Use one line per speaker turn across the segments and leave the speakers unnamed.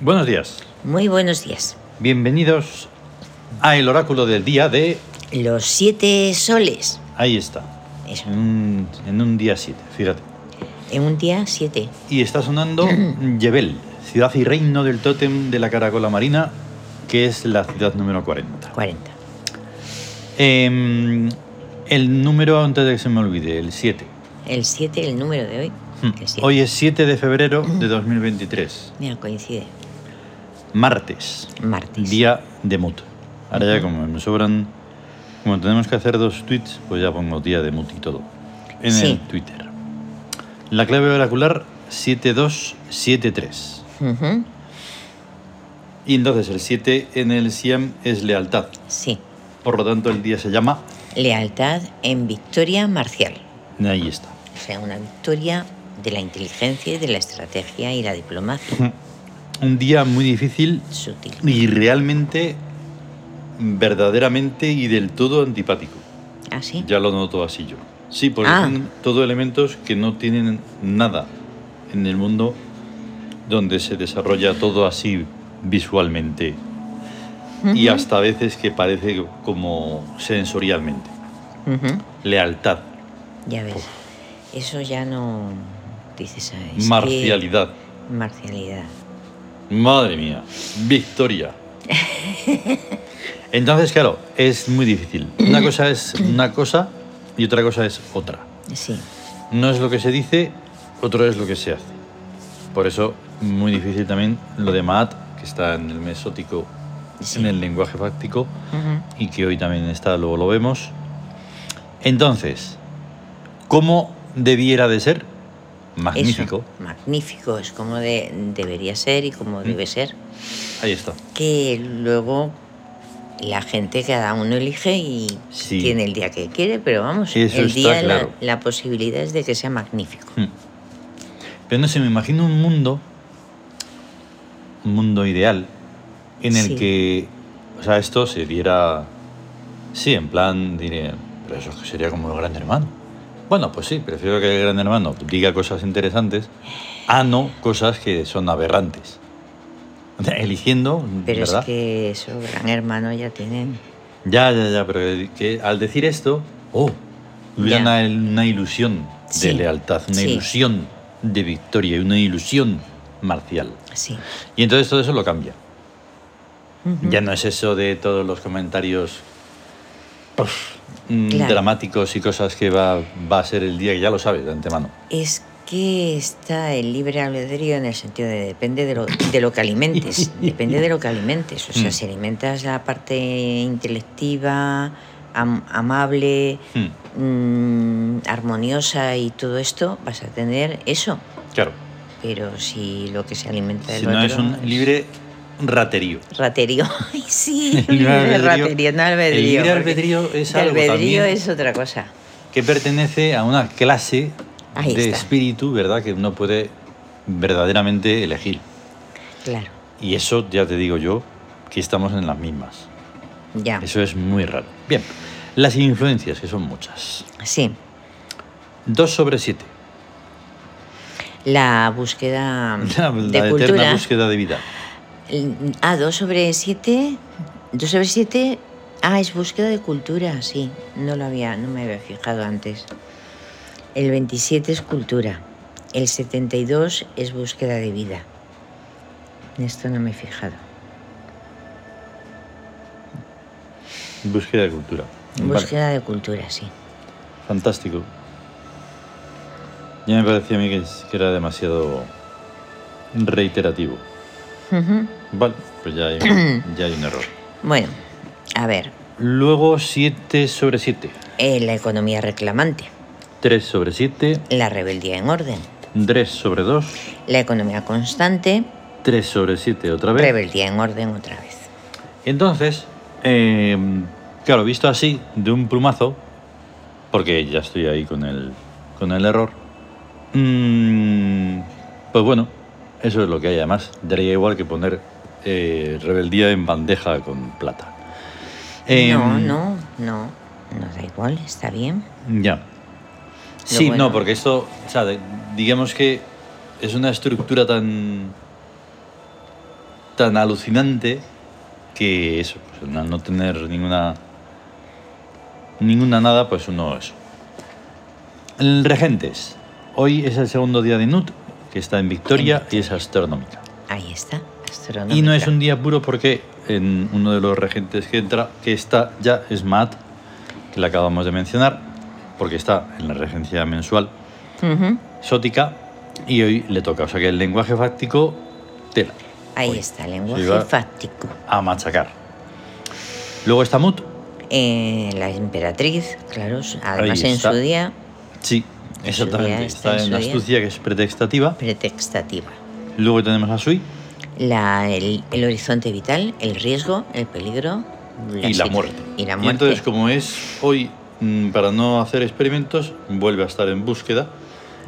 Buenos días.
Muy buenos días.
Bienvenidos a el oráculo del día de...
Los siete soles.
Ahí está.
Eso.
En un, en un día 7, fíjate.
En un día siete.
Y está sonando Yebel, ciudad y reino del tótem de la caracola marina, que es la ciudad número 40.
40.
Em, el número, antes de que se me olvide, el 7.
El 7, el número de hoy. El siete.
Hmm. Hoy es 7 de febrero de 2023,
Mira, coincide.
martes,
Martes.
día de mut. Ahora ya como me sobran, como tenemos que hacer dos tweets, pues ya pongo día de mut y todo en el
Sí.
Twitter. La clave oracular 7273.
Ujú.
Y entonces el 7 en el Siam es lealtad.
Sí.
Por lo tanto, el día se llama.
Lealtad en victoria marcial.
Ahí está.
O sea, una victoria de la inteligencia y de la estrategia y la diplomacia
Un día muy difícil
sutil.
y realmente, verdaderamente y del todo antipático.
¿Ah, sí?
Ya lo noto así yo. Sí, porque
Ah.
son todo elementos que no tienen nada en el mundo donde se desarrolla todo así visualmente y
Ujú.
hasta a veces que parece como sensorialmente.
Ujú.
Lealtad,
Ya ves. Eso ya no... Dices, ah, es que-
marcialidad.
Marcialidad.
Madre mía, victoria. Entonces, claro, es muy difícil. Una cosa es una cosa y otra cosa es otra.
Sí.
No es lo que se dice, otro es lo que se hace. Por eso, muy difícil también lo de Maat, que está en el mesótico,
Sí.
en el lenguaje fáctico,
Ujú.
y que hoy también está, luego lo vemos. Entonces, ¿cómo debiera de ser? Magnífico.
Eso, magnífico, es como de, debería ser y como
Mm.
debe ser.
Ahí está.
Que luego la gente cada uno elige y
Sí.
tiene el día que quiere, pero vamos,
Eso
el
está
día la-
claro.
la, posibilidad es de que sea magnífico.
Mm. Pero no sé, me imagino un mundo, un mundo ideal, en el
Sí.
que, o sea, esto se diera, sí, en plan, diré, pero eso sería como el gran hermano. Bueno, pues sí, prefiero que el gran hermano diga cosas interesantes a no cosas que son aberrantes. Eligiendo,
Pero
¿verdad?
es que eso, gran hermano, ya tienen.
Ya, ya, ya, pero que al decir esto, oh, hubiera
Ya.
una, una ilusión de
Sí,
lealtad, una
sí.
ilusión de victoria, y una ilusión marcial.
Sí.
Y entonces todo eso lo cambia.
Ujú.
Ya no es eso de todos los comentarios puff, mm,
Claro.
dramáticos y cosas que va, va a ser el día que ya lo sabes de antemano.
Es que está el libre albedrío en el sentido de depende de lo, de lo que alimentes. depende de lo que alimentes. O sea,
Mm.
si alimentas la parte intelectiva, am- amable,
Mm,
mm, armoniosa y todo esto, vas a tener eso.
claro,
Pero si lo que se alimenta del
si no
otro
es un libre raterío.
raterío. Ay, sí,
El libre
libre
albedrío-
raterío, no albedrío.
el libre
porque
albedrío es
el
algo
albedrío
también-
es otra cosa.
que pertenece a una clase
Ahí
de
está.
espíritu, ¿verdad? Que uno puede verdaderamente elegir.
Claro,
Y eso ya te digo yo, que estamos en las mismas.
ya.
Eso es muy raro. Bien, las influencias, que son muchas.
Sí.
2 sobre 7.
La búsqueda
La,
de
la eterna
cultura.
búsqueda de vida.
El- Ah, 2 sobre 7. 2 sobre 7. Ah, es búsqueda de cultura, sí. No lo había, no me había fijado antes. El 27 es cultura. El 72 es búsqueda de vida. En esto no me he fijado.
Búsqueda de cultura. Vale,
Búsqueda de cultura, sí.
fantástico. Ya me parecía a mí que es- que era demasiado reiterativo.
Ujú.
Vale, pues ya hay un- ya hay un error.
Bueno, a ver,
Luego 7 sobre 7.
eh, la economía reclamante,
3 sobre 7,
la rebeldía en orden,
3 sobre 2,
la economía constante,
3 sobre 7 otra vez.
rebeldía en orden otra vez.
Entonces, eh, claro, visto así, de un plumazo, porque ya estoy ahí con el, con el error, mm, pues bueno, eso es lo que hay. Además, daría igual que poner eh, rebeldía en bandeja con plata. Em,
no, no, no, no da igual, está bien.
Ya. Sí,
bueno.
no, porque esto, o sea, de- digamos que es una estructura tan tan alucinante que eso, pues, no, no tener ninguna. ninguna nada, pues uno eso. El Regentes. Hoy es el segundo día de Nut, que está en Victoria y es astronómica.
Ahí está, astronómica.
Y no es un día puro porque en uno de los regentes que entra, que está ya, es Matt, que le acabamos de mencionar, porque está en la regencia mensual
Ujú,
sótica y hoy le toca. O sea que el lenguaje fáctico, tela,
Ahí
Uy,
está, lenguaje
sí, va.
fáctico.
a machacar. Luego está Mut,
Eh, la emperatriz, claro, además
Ahí
en
está.
su día
sí,
En su
exactamente,
día, está
está
en
en
su
la
día.
astucia que es pretextativa.
pretextativa.
Luego tenemos a Sui
La- el, el horizonte vital, el riesgo, el peligro
y la
situ-
muerte.
Y la
Y
muerte.
entonces, como es hoy, mm, para no hacer experimentos, vuelve a estar en búsqueda,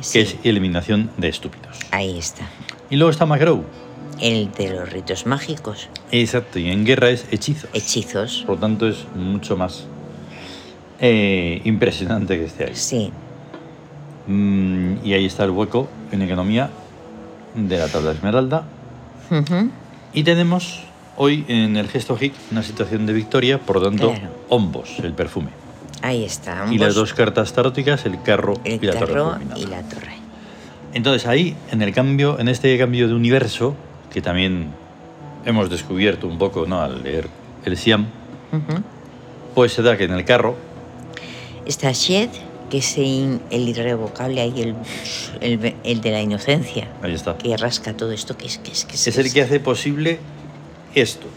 Sí,
que es eliminación de estúpidos.
Ahí está.
Y luego está Macrow.
El de los ritos mágicos,
Exacto, y en guerra es hechizo.
hechizos.
Por lo tanto, es mucho más eh, impresionante que esté ahí.
Sí,
Mm, y ahí está el hueco en economía de la tabla esmeralda.
ujú,
Y tenemos hoy en el gesto hic una situación de victoria, por lo tanto,
Claro.
hombos, el perfume.
ahí está.
Y las
ambos,
dos cartas taróticas, el carro
El
y la torre
carro
fulminada.
y la torre.
Entonces ahí, en el cambio, en este cambio de universo, que también hemos descubierto un poco ¿no? al leer el Siam,
Ujú.
pues se da que en el carro
Está Shed, que es in- el irrevocable ahí, el, el, el de la inocencia,
Ahí está.
que rasca todo esto, que es que es que
Es el que hace posible esto,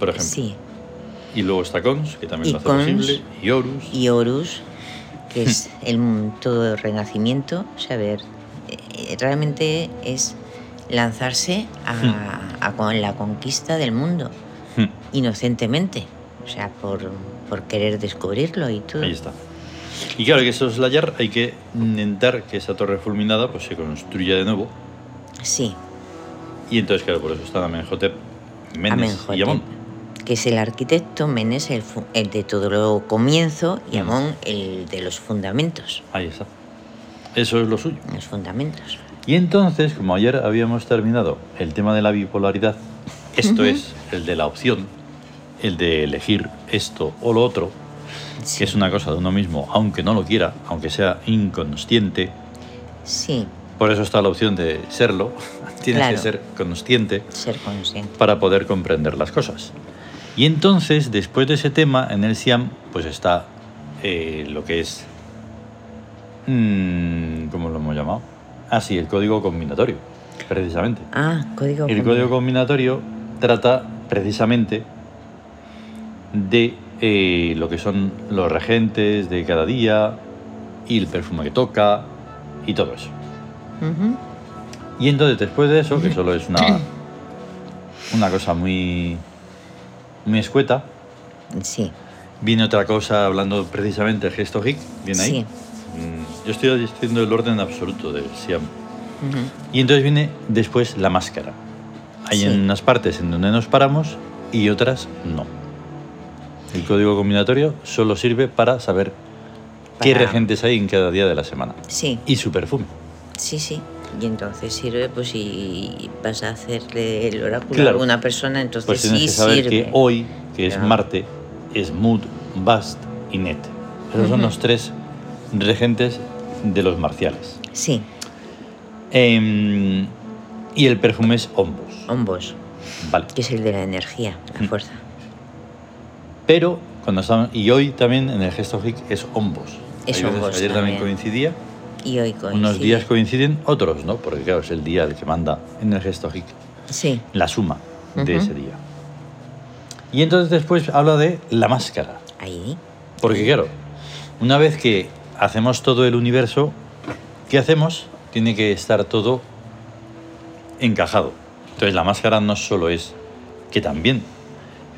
por ejemplo.
Sí,
Y luego está Cons, que también
Y
lo hace
Cons.
posible. Y Horus.
y Horus, que es el mu- todo renacimiento, o sea, a ver, eh, eh, realmente es lanzarse a, a con la conquista del mundo,
Hmm,
inocentemente, o sea, por, por querer descubrirlo y todo.
Ahí está. Y claro, que eso es la yar, hay que intentar que esa torre fulminada pues, se construya de nuevo.
Sí,
Y entonces, claro, por eso están Amenhotep, Menes y
Amenhotep,
Amón.
que es el arquitecto, Menes el, fu- el de todo lo comienzo y Amón el de los fundamentos.
Ahí está. Eso es lo suyo.
Los fundamentos.
Y entonces, como ayer habíamos terminado el tema de la bipolaridad, esto es el de la opción, el de elegir esto o lo otro, que
Sí,
es una cosa de uno mismo, aunque no lo quiera, aunque sea inconsciente.
sí,
Por eso está la opción de serlo. Tienes
Claro.
que ser consciente
ser consciente.
para poder comprender las cosas. Y entonces, después de ese tema, en el Siam, pues está eh, lo que es... mm, ¿Cómo lo hemos llamado? Ah, sí, el código combinatorio, precisamente.
Ah, código.
El
común.
código combinatorio trata precisamente de eh, lo que son los regentes de cada día y el perfume que toca y todo eso.
Ujú.
Y entonces después de eso, que solo es una, una cosa muy, muy escueta,
Sí,
viene otra cosa hablando precisamente del gesto hic, viene ahí.
Sí.
Mm, Yo estoy diciendo el orden absoluto del Siam.
ujú,
Y entonces viene después la máscara. Hay
Sí.
en unas partes en donde nos paramos y otras no. El código combinatorio solo sirve para saber qué
Para-
regentes hay en cada día de la semana.
sí,
Y su perfume.
sí, sí. Y entonces sirve, pues si vas a hacerle el oráculo
Claro.
a alguna persona, entonces
Pues tienes
sí
que saber
sirve.
que hoy, que es
Claro.
Marte, es Mut, Bast y Net. Esos son
Ujú.
los tres regentes de los marciales.
Sí,
Em, y el perfume es Ombos.
hombos,
Vale.
que es el de la energía, la
Mm.
fuerza.
Pero cuando estamos, y hoy también en el gesto hic es hombos.
Es
Hay veces-
hombos
Ayer también,
también.
coincidía.
Y hoy coincide.
Unos días coinciden, otros no, porque claro, es el día el que manda en el gesto hic
Sí,
la suma de
Ujú.
ese día. Y entonces después habla de la máscara.
ahí.
Porque claro, una vez que hacemos todo el universo, ¿qué hacemos? Tiene que estar todo encajado. Entonces la máscara no solo es que también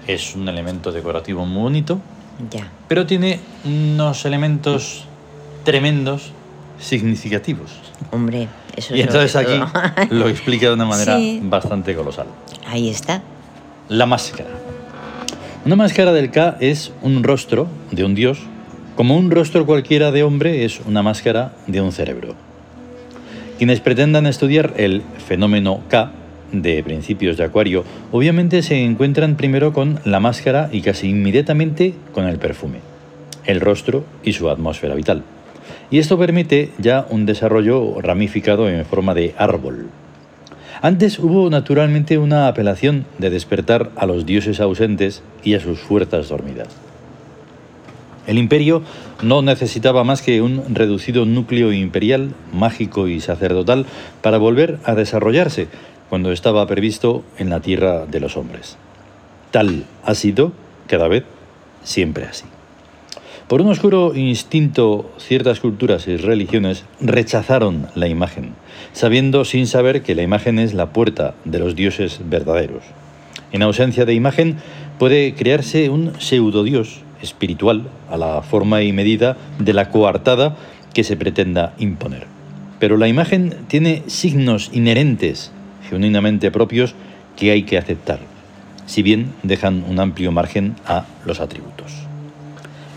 es un elemento decorativo muy bonito,
Ya,
pero tiene unos elementos tremendos significativos.
hombre, eso
Y
es lo
entonces
que
aquí
todo.
lo explica de una manera
Sí.
bastante colosal.
Ahí está.
La máscara. Una máscara del K es un rostro de un dios, como un rostro cualquiera de hombre es una máscara de un cerebro. Quienes pretendan estudiar el fenómeno K de principios de Acuario, obviamente se encuentran primero con la máscara y casi inmediatamente con el perfume, el rostro y su atmósfera vital. Y esto permite ya un desarrollo ramificado en forma de árbol. Antes hubo naturalmente una apelación de despertar a los dioses ausentes y a sus fuerzas dormidas. El imperio no necesitaba más que un reducido núcleo imperial, mágico y sacerdotal para volver a desarrollarse cuando estaba previsto en la tierra de los hombres. Tal ha sido cada vez siempre así. Por un oscuro instinto, ciertas culturas y religiones rechazaron la imagen, sabiendo sin saber que la imagen es la puerta de los dioses verdaderos. En ausencia de imagen puede crearse un pseudodios espiritual a la forma y medida de la coartada que se pretenda imponer. Pero la imagen tiene signos inherentes, genuinamente propios, que hay que aceptar, si bien dejan un amplio margen a los atributos.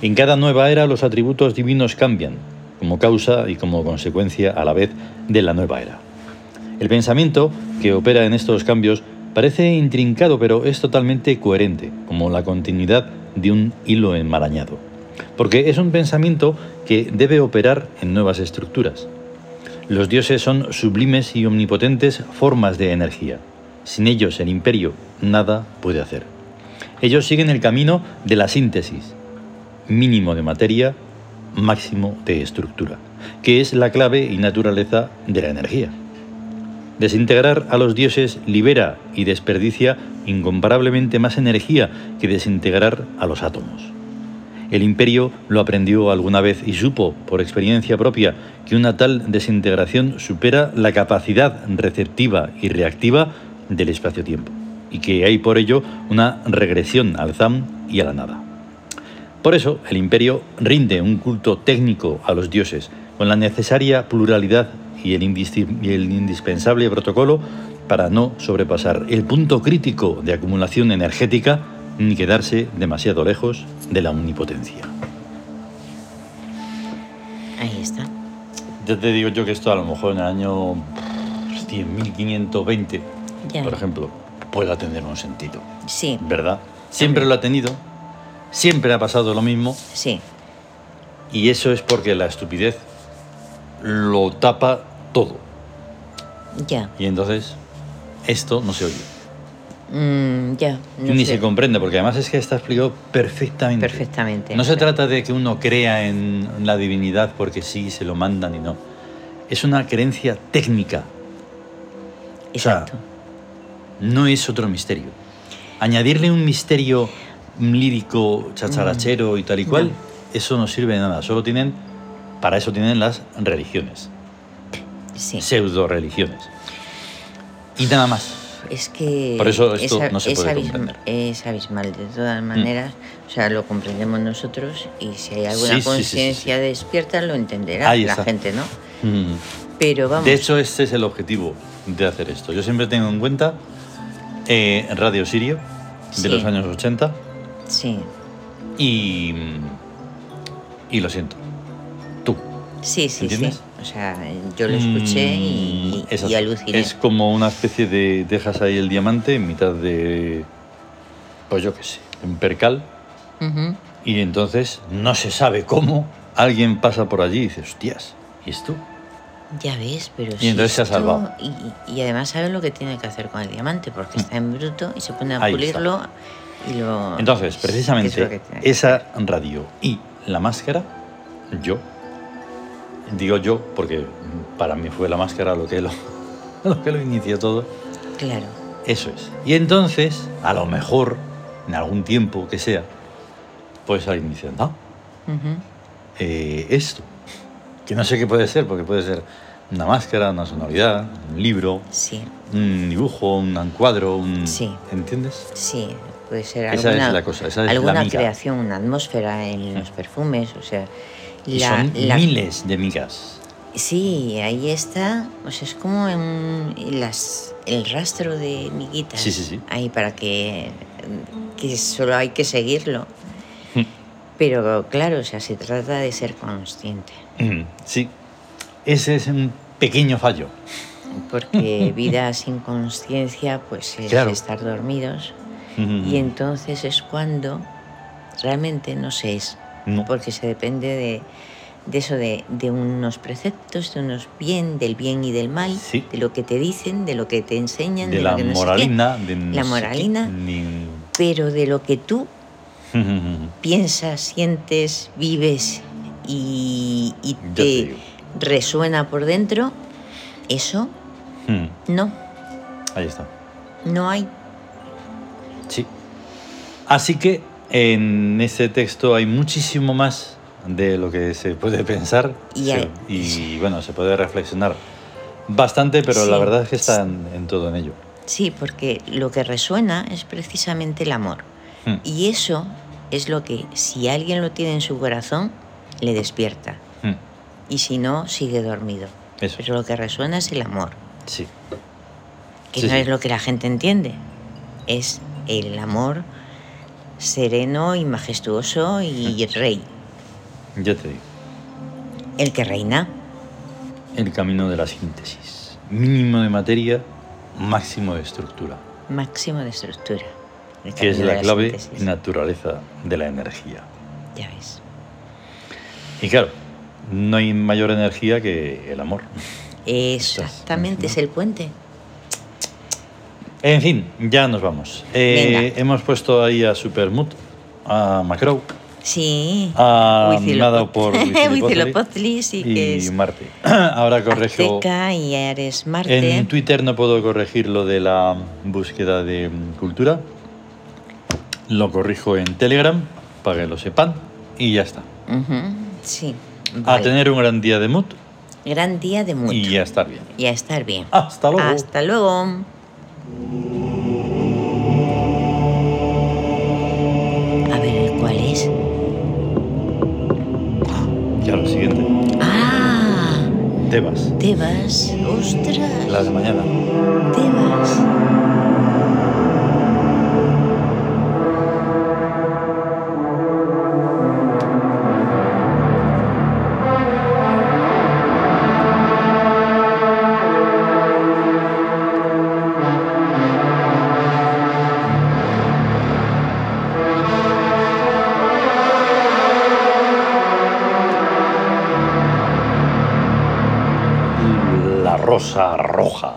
En cada nueva era los atributos divinos cambian, como causa y como consecuencia a la vez de la nueva era. El pensamiento que opera en estos cambios parece intrincado, pero es totalmente coherente, como la continuidad de un hilo enmarañado, porque es un pensamiento que debe operar en nuevas estructuras. Los dioses son sublimes y omnipotentes formas de energía. Sin ellos el imperio nada puede hacer. Ellos siguen el camino de la síntesis, mínimo de materia, máximo de estructura, que es la clave y naturaleza de la energía. Desintegrar a los dioses libera y desperdicia incomparablemente más energía que desintegrar a los átomos. El imperio lo aprendió alguna vez y supo, por experiencia propia, que una tal desintegración supera la capacidad receptiva y reactiva del espacio-tiempo, y que hay por ello una regresión al ZAM y a la nada. Por eso, el imperio rinde un culto técnico a los dioses, con la necesaria pluralidad y el, y el, indispensable protocolo para no sobrepasar el punto crítico de acumulación energética ni quedarse demasiado lejos de la omnipotencia.
Ahí está.
Ya te digo yo que esto a lo mejor en el año pues, 100.520,
Ya.
por ejemplo, pueda tener un sentido,
Sí,
¿verdad? Siempre lo ha tenido, siempre ha pasado lo mismo
sí.
y eso es porque la estupidez lo tapa todo.
Ya.
Y entonces esto no se oye.
Mm, ya. no
Ni
sé.
se comprende, porque además es que está explicado perfectamente.
Perfectamente.
No se
claro.
trata de que uno crea en la divinidad porque sí, se lo mandan y no. Es una creencia técnica, sea,
Exacto.
no es otro misterio. Añadirle un misterio lírico, chacharachero y tal y cual,
no.
eso no sirve de nada. Solo tienen, para eso tienen las religiones,
sí.
pseudo religiones. Y nada más.
Es que.
Por eso esto no se puede
abism-
comprender. Mm.
es abismal, de todas maneras. O sea, lo comprendemos nosotros y si hay alguna
Sí, sí, sí, sí,
conciencia
sí.
despierta, lo entenderá
Ahí
la
está.
gente, ¿no?
Mm.
Pero vamos.
De hecho, este es el objetivo de hacer esto. Yo siempre tengo en cuenta eh, Radio Sirio de
Sí.
los años 80
Sí.
y. Y lo siento. Tú.
Sí, sí,
¿Entiendes?
sí. O sea, yo lo escuché y,
Mm,
y-
exacto.
y aluciné.
Es como una especie de. Dejas ahí el diamante en mitad de. Pues yo qué sé, en percal.
Ujú.
Y entonces no se sabe cómo alguien pasa por allí y dice, hostias, ¿y esto?
Ya ves, pero
Y entonces se ha salvado. Mm.
Y, y- y además sabe lo que tiene que hacer con el diamante, porque está en bruto y se pone a
Ahí está.
pulirlo y lo...
Ah, Entonces,
que es lo que
precisamente
tiene que
esa radio y la máscara, yo, digo yo, porque para mí fue la máscara lo que lo, lo que lo inició todo,
hacer. Claro,
eso es. Y entonces, a lo mejor, en algún tiempo que sea, pues alguien dice, no,
Ujú.
eh, esto, que no sé qué puede ser, porque puede ser una máscara, una sonoridad, un libro,
sí,
un dibujo, un cuadro, un...
Sí.
¿Entiendes?
sí, puede ser
Esa
alguna,
es la cosa, esa es la
alguna
miga.
creación, una atmósfera en los perfumes, o sea...
y
la-
son
la-
miles de migas.
Sí, ahí está, o sea, es como en las, el rastro de miguitas.
Sí, sí, sí.
Ahí para que, que solo hay que seguirlo.
Hmm.
Pero claro, o sea, se trata de ser consciente.
Mm, Sí, ese es un pequeño fallo.
porque vida sin conciencia pues es
Claro. Hmm.
estar dormidos
Ujú.
y entonces es cuando realmente no se es,
No.
porque se depende de, de eso, de, de unos preceptos, de unos bien, del bien y del mal,
Sí.
de lo que te dicen, de lo que te enseñan,
de
de,
la
lo que no sé qué.
moralina. de no
La
sé qué,
moralina.
ni- Mm,
pero de lo que tú piensas, sientes, vives y, y
Ya te
te
digo.
resuena por dentro, eso no,
Ahí está.
no hay.
Sí. Así que en ese texto hay muchísimo más de lo que se puede pensar
Y
se-
hay-
y, bueno, se puede reflexionar bastante, pero la
Sí.
verdad es que está en, en todo en ello.
Sí, porque lo que resuena es precisamente el amor.
Hmm.
Y eso es lo que si alguien lo tiene en su corazón, le despierta.
Hmm.
Y si no, sigue dormido.
Eso.
Pero lo que resuena es el amor,
Sí.
que
Sí,
no
sí.
es lo que la gente entiende. Es el amor sereno y majestuoso y rey,
Ya te digo.
el que reina.
El camino de la síntesis. Mínimo de materia, máximo de estructura.
máximo de estructura. El
Que es
camino de
la clave
síntesis.
naturaleza de la energía.
Ya ves.
Y claro, no hay mayor energía que el amor.
Exactamente, es el puente.
En fin, ya nos vamos. Eh, hemos puesto ahí a Supermood, a Macrow,
Sí.
a
Huitzilopochtli.
Nada por
Huitzilopochtli, sí que
y
es
Marte. Ahora corrijo.
Azteca y Ares Marte.
En Twitter no puedo corregir lo de la búsqueda de mm, cultura. Lo corrijo en Telegram para que lo sepan y ya está.
Ujú, Sí.
A
vale.
tener un gran día de mood
Gran día de mucho.
y ya está bien.
Y a estar bien.
Hasta luego.
Hasta luego. A ver, ¿cuál es?
Ya lo siguiente.
Ah,
Te vas.
te vas. Ostras.
La de mañana.
Te vas.
La rosa roja.
La rosa roja.